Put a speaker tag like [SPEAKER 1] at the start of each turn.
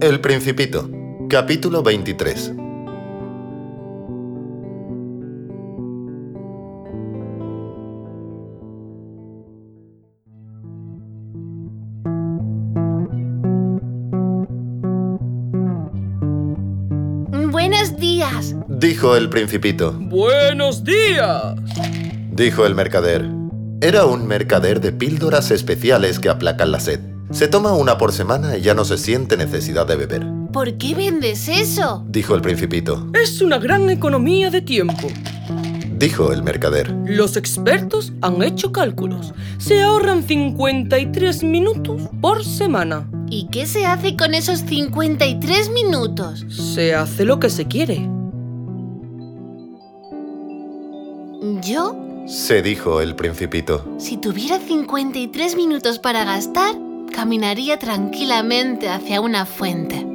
[SPEAKER 1] El Principito, capítulo 23.
[SPEAKER 2] Buenos días.
[SPEAKER 1] Dijo el Principito,
[SPEAKER 3] Buenos días.
[SPEAKER 1] dijo el mercader. Era un mercader de píldoras especiales que aplacan la sed. Se toma una por semana y ya no se siente necesidad de beber,
[SPEAKER 2] ¿Por qué vendes eso?
[SPEAKER 1] dijo el Principito.
[SPEAKER 3] Es una gran economía de tiempo.
[SPEAKER 1] Dijo el mercader,
[SPEAKER 3] Los expertos han hecho cálculos. Se ahorran 53 minutos por semana.
[SPEAKER 2] ¿Y qué se hace con esos 53 minutos?
[SPEAKER 3] Se hace lo que se quiere.
[SPEAKER 2] Yo,
[SPEAKER 1] se dijo el Principito.
[SPEAKER 2] si tuviera 53 minutos para gastar, caminaría tranquilamente hacia una fuente.